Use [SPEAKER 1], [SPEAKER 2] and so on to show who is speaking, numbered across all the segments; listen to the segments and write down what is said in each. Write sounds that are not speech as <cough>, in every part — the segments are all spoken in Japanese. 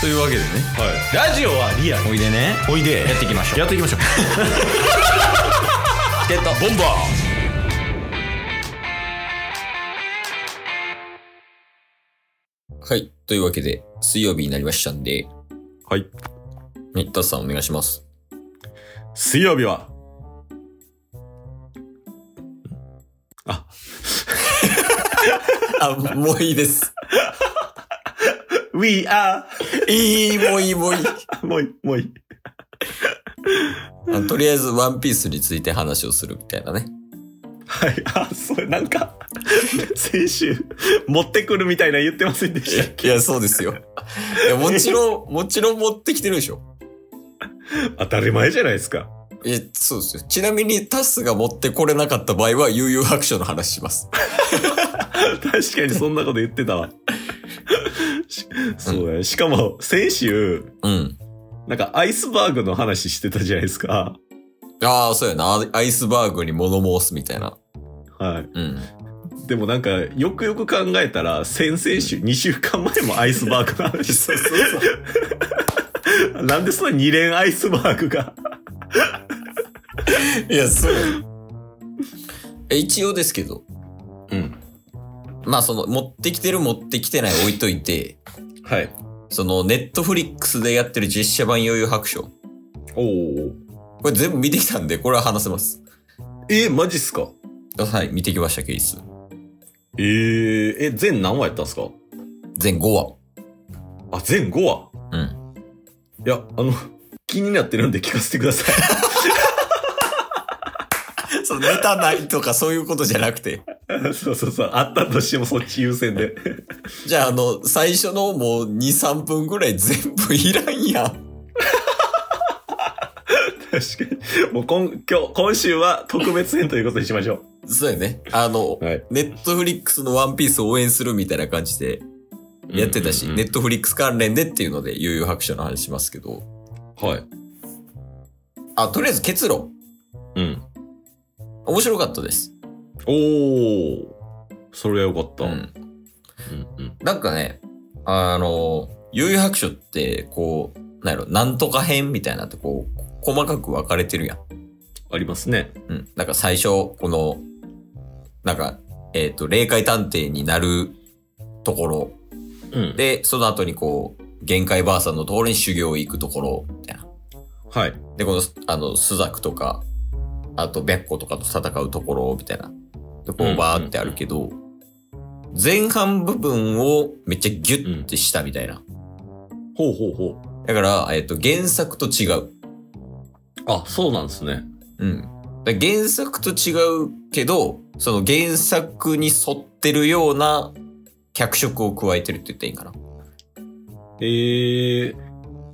[SPEAKER 1] というわけでね
[SPEAKER 2] ラジオはリアル
[SPEAKER 1] おいでね
[SPEAKER 2] おいで
[SPEAKER 1] やっていきましょう
[SPEAKER 2] やっていき <laughs> ましょう
[SPEAKER 1] チケットボンバーはい。というわけで、水曜日になりましたんで、
[SPEAKER 2] はい
[SPEAKER 1] ね、タスさんお願いします。
[SPEAKER 2] 水曜日は
[SPEAKER 1] あ、もういいです。
[SPEAKER 2] We are <laughs>
[SPEAKER 1] いい、もういい、もういい。
[SPEAKER 2] もういいもういい
[SPEAKER 1] あのとりあえず、ワンピースについて話をするみたいなね。
[SPEAKER 2] はいあそれなんか <laughs> 先週持ってくるみたいな言ってませんで
[SPEAKER 1] い
[SPEAKER 2] し
[SPEAKER 1] や
[SPEAKER 2] た、
[SPEAKER 1] いやそうですよ。いや、もちろん、もちろん持ってきてるでしょ。
[SPEAKER 2] 当たり前じゃないですか
[SPEAKER 1] え、そうですよ。ちなみに、タスが持ってこれなかった場合は、悠々白書の話します。
[SPEAKER 2] <laughs> 確かにそんなこと言ってたわ <laughs> しそうだねしかも先週
[SPEAKER 1] うん。
[SPEAKER 2] なんかアイスバーグの話してたじゃないですか
[SPEAKER 1] ああ、そうやな。アイスバーグに物申すみたいな。
[SPEAKER 2] はい
[SPEAKER 1] うん。
[SPEAKER 2] でもなんか、よくよく考えたら、先々週、2週間前もアイスバーグの話
[SPEAKER 1] <laughs>
[SPEAKER 2] し
[SPEAKER 1] そうそうそう。
[SPEAKER 2] た。なんでその2連アイスバーグが。
[SPEAKER 1] いや、そうや <laughs> え一応ですけど、
[SPEAKER 2] うん。
[SPEAKER 1] まあその、持ってきてる持ってきてない置いといて、
[SPEAKER 2] はい。
[SPEAKER 1] その、ネットフリックスでやってる実写版余裕白書。
[SPEAKER 2] おお。
[SPEAKER 1] これ全部見てきたんで、これは話せます。
[SPEAKER 2] えー、マジっすか
[SPEAKER 1] はい、見てきました、ケース。
[SPEAKER 2] えー、え、全何話やったんすか
[SPEAKER 1] 全5話。
[SPEAKER 2] あ、全5話
[SPEAKER 1] うん。
[SPEAKER 2] いや、あの、気になってるんで聞かせてください。
[SPEAKER 1] <laughs>
[SPEAKER 2] <laughs>
[SPEAKER 1] そう、ネタないとかそういうことじゃなくて。
[SPEAKER 2] そうそうそう。あったとしてもそっち優先で。
[SPEAKER 1] じゃあ、あの、最初のもう2、3分ぐらい全部いらんやん。
[SPEAKER 2] 確かに。もう今、今日、今週は特別編ということにしましょ
[SPEAKER 1] そうやね。あの
[SPEAKER 2] う。、はい。
[SPEAKER 1] ネットフリックスのワンピースを応援するみたいな感じでやってたし、ネットフリックス関連でっていうので、悠々白書の話しますけど。
[SPEAKER 2] はい。
[SPEAKER 1] あ、とりあえず結論。
[SPEAKER 2] うん。
[SPEAKER 1] 面白かったです。
[SPEAKER 2] おお。それはよかった。
[SPEAKER 1] うん。
[SPEAKER 2] うんうん
[SPEAKER 1] なんかね、あの、悠々白書って、こう、なんやろ、なんとか編みたいなって、こう、細かく分かれてるやん。
[SPEAKER 2] ありますね。
[SPEAKER 1] うん。なんか最初、この、なんか、えっ、と、霊界探偵になるところ。
[SPEAKER 2] うん。
[SPEAKER 1] で、その後にこう、限界ばあさんのところに修行行くところ、みたいな。
[SPEAKER 2] はい。
[SPEAKER 1] で、この、あの、スザクとか、あと、白虎とかと戦うところ、みたいな。で、こ
[SPEAKER 2] うん
[SPEAKER 1] う、バーってあるけど、前半部分をめっちゃギュッてしたみたいな。
[SPEAKER 2] ほうほうほ
[SPEAKER 1] だから、えっと、原作と違う。
[SPEAKER 2] う。あ、そうなんですね。
[SPEAKER 1] うん。だから原作と違うけど、その原作に沿ってるような脚色を加えてるって言っていいんかな。
[SPEAKER 2] えー。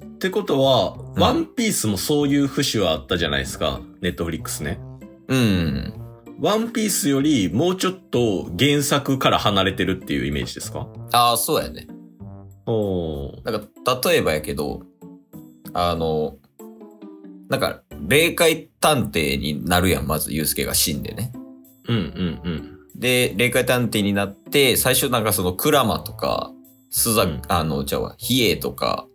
[SPEAKER 2] ってことは、
[SPEAKER 1] ん
[SPEAKER 2] ワンピースもそういう節はあったじゃないですか。ネットフリックスね。
[SPEAKER 1] うん。
[SPEAKER 2] ワンピースよりもうちょっと原作から離れてるっていうイメージですか
[SPEAKER 1] ああ、そうやね。
[SPEAKER 2] おー。
[SPEAKER 1] なんか、例えばやけど、あの、なんか、霊界探偵になるやん、まず、ゆうすけが死んでね。
[SPEAKER 2] うんうんうん。
[SPEAKER 1] で、霊界探偵になって、最初なんかその、クラマとか、スザ、
[SPEAKER 2] うん
[SPEAKER 1] あの、じゃあ、ヒエとか、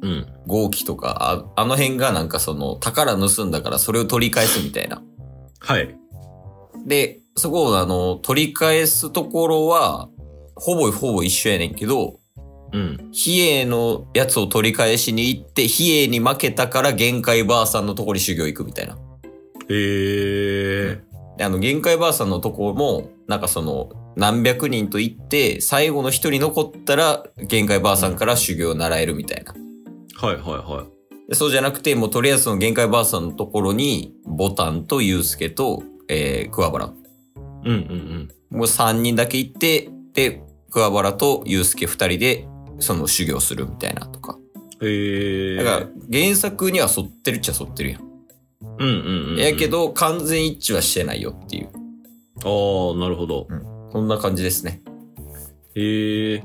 [SPEAKER 2] うん。
[SPEAKER 1] ゴーキとかあ、あの辺がなんかその、宝盗んだからそれを取り返すみたいな。
[SPEAKER 2] はい。
[SPEAKER 1] で、そこをあの、取り返すところは、ほぼほぼ一緒やねんけど、
[SPEAKER 2] うん。
[SPEAKER 1] 比叡のやつを取り返しに行って、比叡に負けたから限界ばあさんのとこに修行行くみたいな。
[SPEAKER 2] えー。
[SPEAKER 1] で、あの、限界ばあさんのとこも、なんかその、何百人と行って、最後の一人残ったら、限界ばあさんから修行を習えるみたいな。
[SPEAKER 2] はいはいは
[SPEAKER 1] でそうじゃなくて、もうとりあえずその限界ばあさんのところに、ボタンとユうスケと、えー、桑原。
[SPEAKER 2] い。うんうん
[SPEAKER 1] もう3人だけ行って、で、桑原とユうスケ2人で、その修行するみたいなとか。
[SPEAKER 2] うん。えー。
[SPEAKER 1] だから、原作には沿ってるっちゃ沿ってるやん。
[SPEAKER 2] うんうんうん。
[SPEAKER 1] やけ。ど、完全一致はしてないよっていう。
[SPEAKER 2] あー、なるほど。
[SPEAKER 1] そんな感じですね。
[SPEAKER 2] へえ。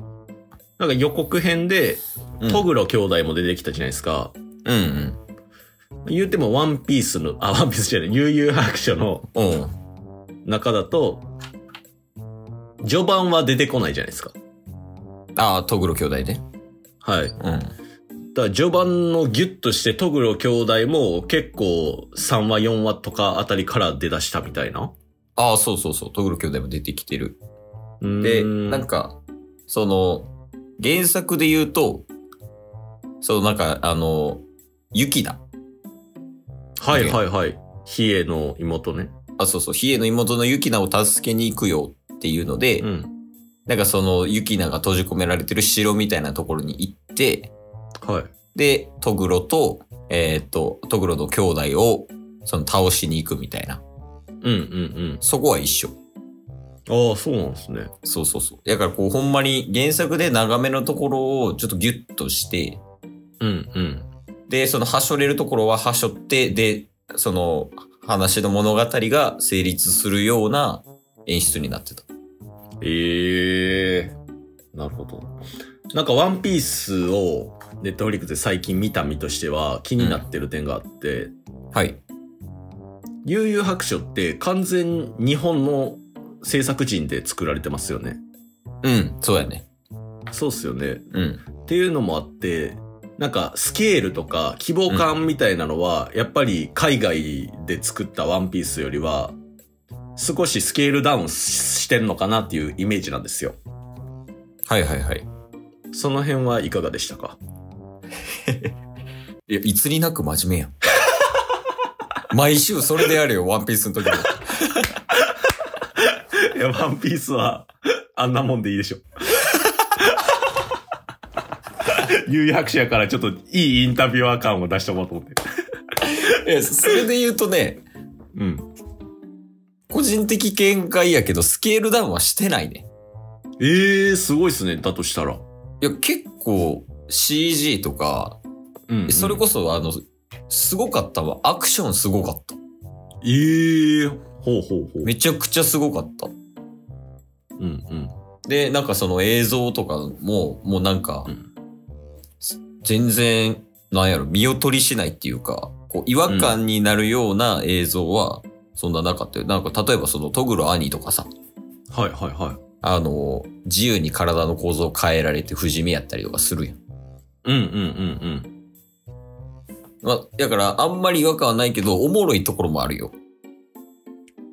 [SPEAKER 2] なんか予告編で、
[SPEAKER 1] うん
[SPEAKER 2] トグロ兄弟も出てきたじゃないですか。
[SPEAKER 1] うん
[SPEAKER 2] 言うてもワンピースの、あ、ワンピースじゃない、悠々白書の
[SPEAKER 1] うん。うん。
[SPEAKER 2] 中だと、序盤は出てこないじゃないですか。
[SPEAKER 1] ああ、トグロ兄弟ね。
[SPEAKER 2] はい。
[SPEAKER 1] うん。
[SPEAKER 2] だから序盤のギュッとして、トグロ兄弟も結構3話4話とかあたりから出だしたみたいな。
[SPEAKER 1] ああ、そうそうそう、トグロ兄弟も出てきてる。で、
[SPEAKER 2] で
[SPEAKER 1] なんか、その、原作で言うと、そのなんか、あの、雪だ。
[SPEAKER 2] はいはいはい。ヒエの妹ね。
[SPEAKER 1] あ、そうそう、比叡の妹の雪菜を助けに行くよっていうので、
[SPEAKER 2] うん。
[SPEAKER 1] なんかその雪菜が閉じ込められてる城みたいなところに行って、
[SPEAKER 2] はい。
[SPEAKER 1] で、トグロと、えーっと、トグロの兄弟を、その倒しに行くみたいな。
[SPEAKER 2] うんうん
[SPEAKER 1] そこは一緒。
[SPEAKER 2] うん。ああ、そうなんですね。
[SPEAKER 1] そうそうそう。だからこう、ほんまに原作で長めのところをちょっとギュッとして、
[SPEAKER 2] うんうん。
[SPEAKER 1] で、その、はしょれるところははしょって、で、その、話の物語が成立するような演出になってた。
[SPEAKER 2] ええなるほど。なんかワンピースをネットフリックスで最近見た身としては気になってる点があって、
[SPEAKER 1] はい。
[SPEAKER 2] 悠々白書って完全日本の制作人で作られてますよね。
[SPEAKER 1] うん、そうやね。
[SPEAKER 2] そうっすよね。
[SPEAKER 1] うん。
[SPEAKER 2] っていうのもあって、なんかスケールとか希望感みたいなのは、やっぱり海外で作ったワンピースよりは、少しスケールダウンししてんのかなっていうイメージなんですよ。
[SPEAKER 1] はいはいはい。
[SPEAKER 2] その辺はいかがでしたか
[SPEAKER 1] いや、いつになく真 <laughs> 面目やん。毎週それでやるよ、ワンピースの時も。
[SPEAKER 2] いや、ワンピースは、あんなもんでいいでし <laughs> ょ。有白書やから、ちょっといいインタビュアー感を出してもらおうと思って。
[SPEAKER 1] いや、それで言うとね、
[SPEAKER 2] うん。
[SPEAKER 1] 個人的見解やけど、スケールダウンはしてないね。
[SPEAKER 2] ええすごいっすね。だとしたら。
[SPEAKER 1] いや、結構 CG とか、
[SPEAKER 2] うん、
[SPEAKER 1] それこそあの、すごかったわ。アクションすごかった。
[SPEAKER 2] そ。ええほうほうほう。
[SPEAKER 1] めちゃくちゃすごかった。
[SPEAKER 2] うんうん。
[SPEAKER 1] で、なんかその映像とかも、もうなんか、
[SPEAKER 2] うん
[SPEAKER 1] 全然、なんやろ、見劣りしないっていうか、こう、違和感になるような映像は、そんななかったよ。なんか、例えばその、トグロ兄とかさ、
[SPEAKER 2] はいはいは
[SPEAKER 1] あの、自由に体の構造を変えられて不死身やったりとかするやん。
[SPEAKER 2] い。うんうんうん
[SPEAKER 1] まあ、だから、あんまり違和感はないけど、おもろいところもあるよ。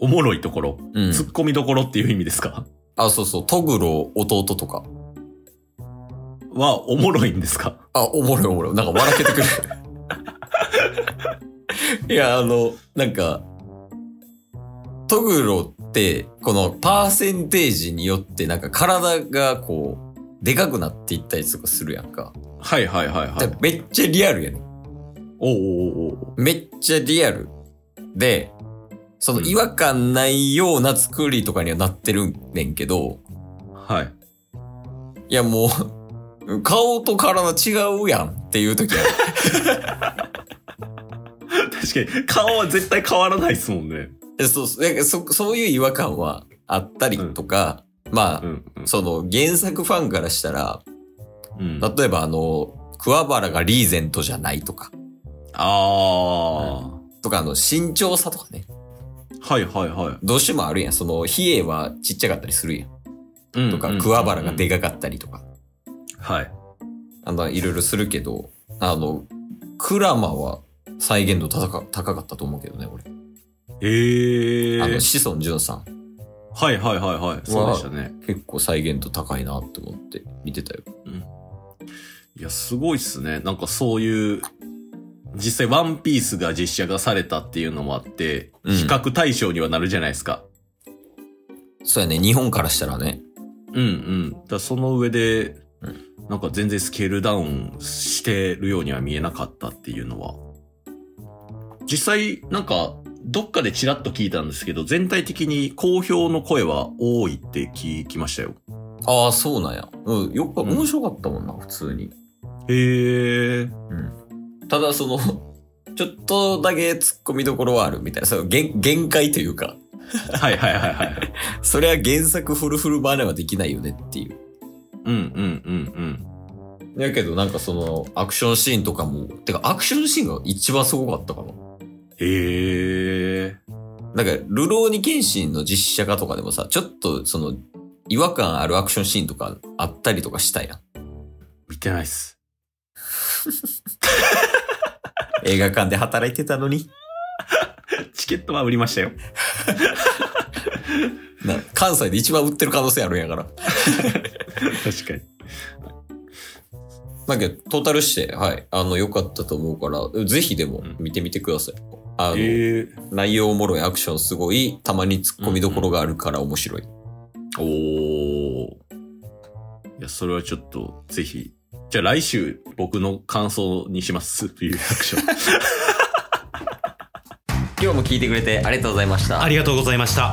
[SPEAKER 2] うん。おもろいところ。
[SPEAKER 1] うん。
[SPEAKER 2] ツッコミどころっていう意味ですか
[SPEAKER 1] あ、そうそう、トグロ弟とか。
[SPEAKER 2] は、おもろいんですか
[SPEAKER 1] あ、おもろいおもろい。なんか笑けてくる。
[SPEAKER 2] <laughs>
[SPEAKER 1] いや、あの、なんか、トグロって、このパーセンテージによって、なんか体がこう、でかくなっていったりとかするやんか。
[SPEAKER 2] はいはいはいは
[SPEAKER 1] だ
[SPEAKER 2] い
[SPEAKER 1] から。めっちゃリアルやね
[SPEAKER 2] おうおうおうおう
[SPEAKER 1] めっちゃリアル。で、その
[SPEAKER 2] うん
[SPEAKER 1] 違和感ないような作りとかにはなってるんねんけど、
[SPEAKER 2] はい。
[SPEAKER 1] いやもう、顔と体違うやんっていう時ある。
[SPEAKER 2] 確かに、顔は絶対変わらないですもんね。
[SPEAKER 1] えそうそうなんかそ、そういう違和感はあったりとか、まあ、
[SPEAKER 2] うんうん。
[SPEAKER 1] その原作ファンからしたら、
[SPEAKER 2] うん
[SPEAKER 1] 例えばあの、桑原がリーゼントじゃないとか、
[SPEAKER 2] あ
[SPEAKER 1] とかあの、身長差とかね、
[SPEAKER 2] あ。はいはいは
[SPEAKER 1] どうしてもあるやん。その、比叡はちっちゃかったりするやん。
[SPEAKER 2] い。
[SPEAKER 1] とか、桑原がで
[SPEAKER 2] か
[SPEAKER 1] かかったりとか、
[SPEAKER 2] はい。
[SPEAKER 1] あの、いろいろするけど、あの、クラマは再現度高か高かったと思うけどね、俺。
[SPEAKER 2] ええ
[SPEAKER 1] あの、志尊淳さん、
[SPEAKER 2] はいはいはいはい。そうでしたね。
[SPEAKER 1] 結構再現度高いなって思って見てたよ。
[SPEAKER 2] いや、すごいっすね。なんかそういう、実際ワンピースが実写化されたっていうのもあって、
[SPEAKER 1] うん
[SPEAKER 2] 比較対象にはなるじゃないですか。
[SPEAKER 1] そうやね、日本からしたらね。
[SPEAKER 2] うんうん。だからその上で
[SPEAKER 1] う、
[SPEAKER 2] なんか全然スケールダウンしてるようには見えなかったっていうのは。実際、なんか、どっかでチラッと聞いたんですけど、全体的に好評の声は多いって聞きましたよ。
[SPEAKER 1] ああ、そうなんや。うん、よく、
[SPEAKER 2] うん
[SPEAKER 1] 面白かったもんな、普通に。
[SPEAKER 2] へえ。
[SPEAKER 1] うん。ただ、その、 <laughs> ちょっとだけ突っ込みどころはあるみたいな、その限限界というか、
[SPEAKER 2] はいはいはいはい。
[SPEAKER 1] それは原作フルフルバネはできないよねっていう。
[SPEAKER 2] うんうんうん
[SPEAKER 1] やけど、なんかその、アクションシーンとかも、てか、アクションシーンが一番すごかったかな。
[SPEAKER 2] うん。へえ。
[SPEAKER 1] なんか、ルローニケンシンの実写化とかでもさ、ちょっと、その、違和感あるアクションシーンとかあったりとかしたやん。
[SPEAKER 2] 見てないっす。
[SPEAKER 1] 映画館で働いてたのに。
[SPEAKER 2] チケットは売りましたよ。
[SPEAKER 1] な関西で一番売ってる可能性あるんやから。
[SPEAKER 2] 確かに。
[SPEAKER 1] まあけど、トータルして、はい、あの、良かったと思うから、ぜひでも見てみてください。あの、
[SPEAKER 2] え
[SPEAKER 1] 内容おもろい、アクションすごい、たまに突っ込みどころがあるから面白い。
[SPEAKER 2] ー、おー。いや、それはちょっと、ぜひ。じゃあ来週、僕の感想にします。というアクション。
[SPEAKER 1] 今日も聞いてくれてありがとうございました。
[SPEAKER 3] ありがとうございました。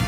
[SPEAKER 3] す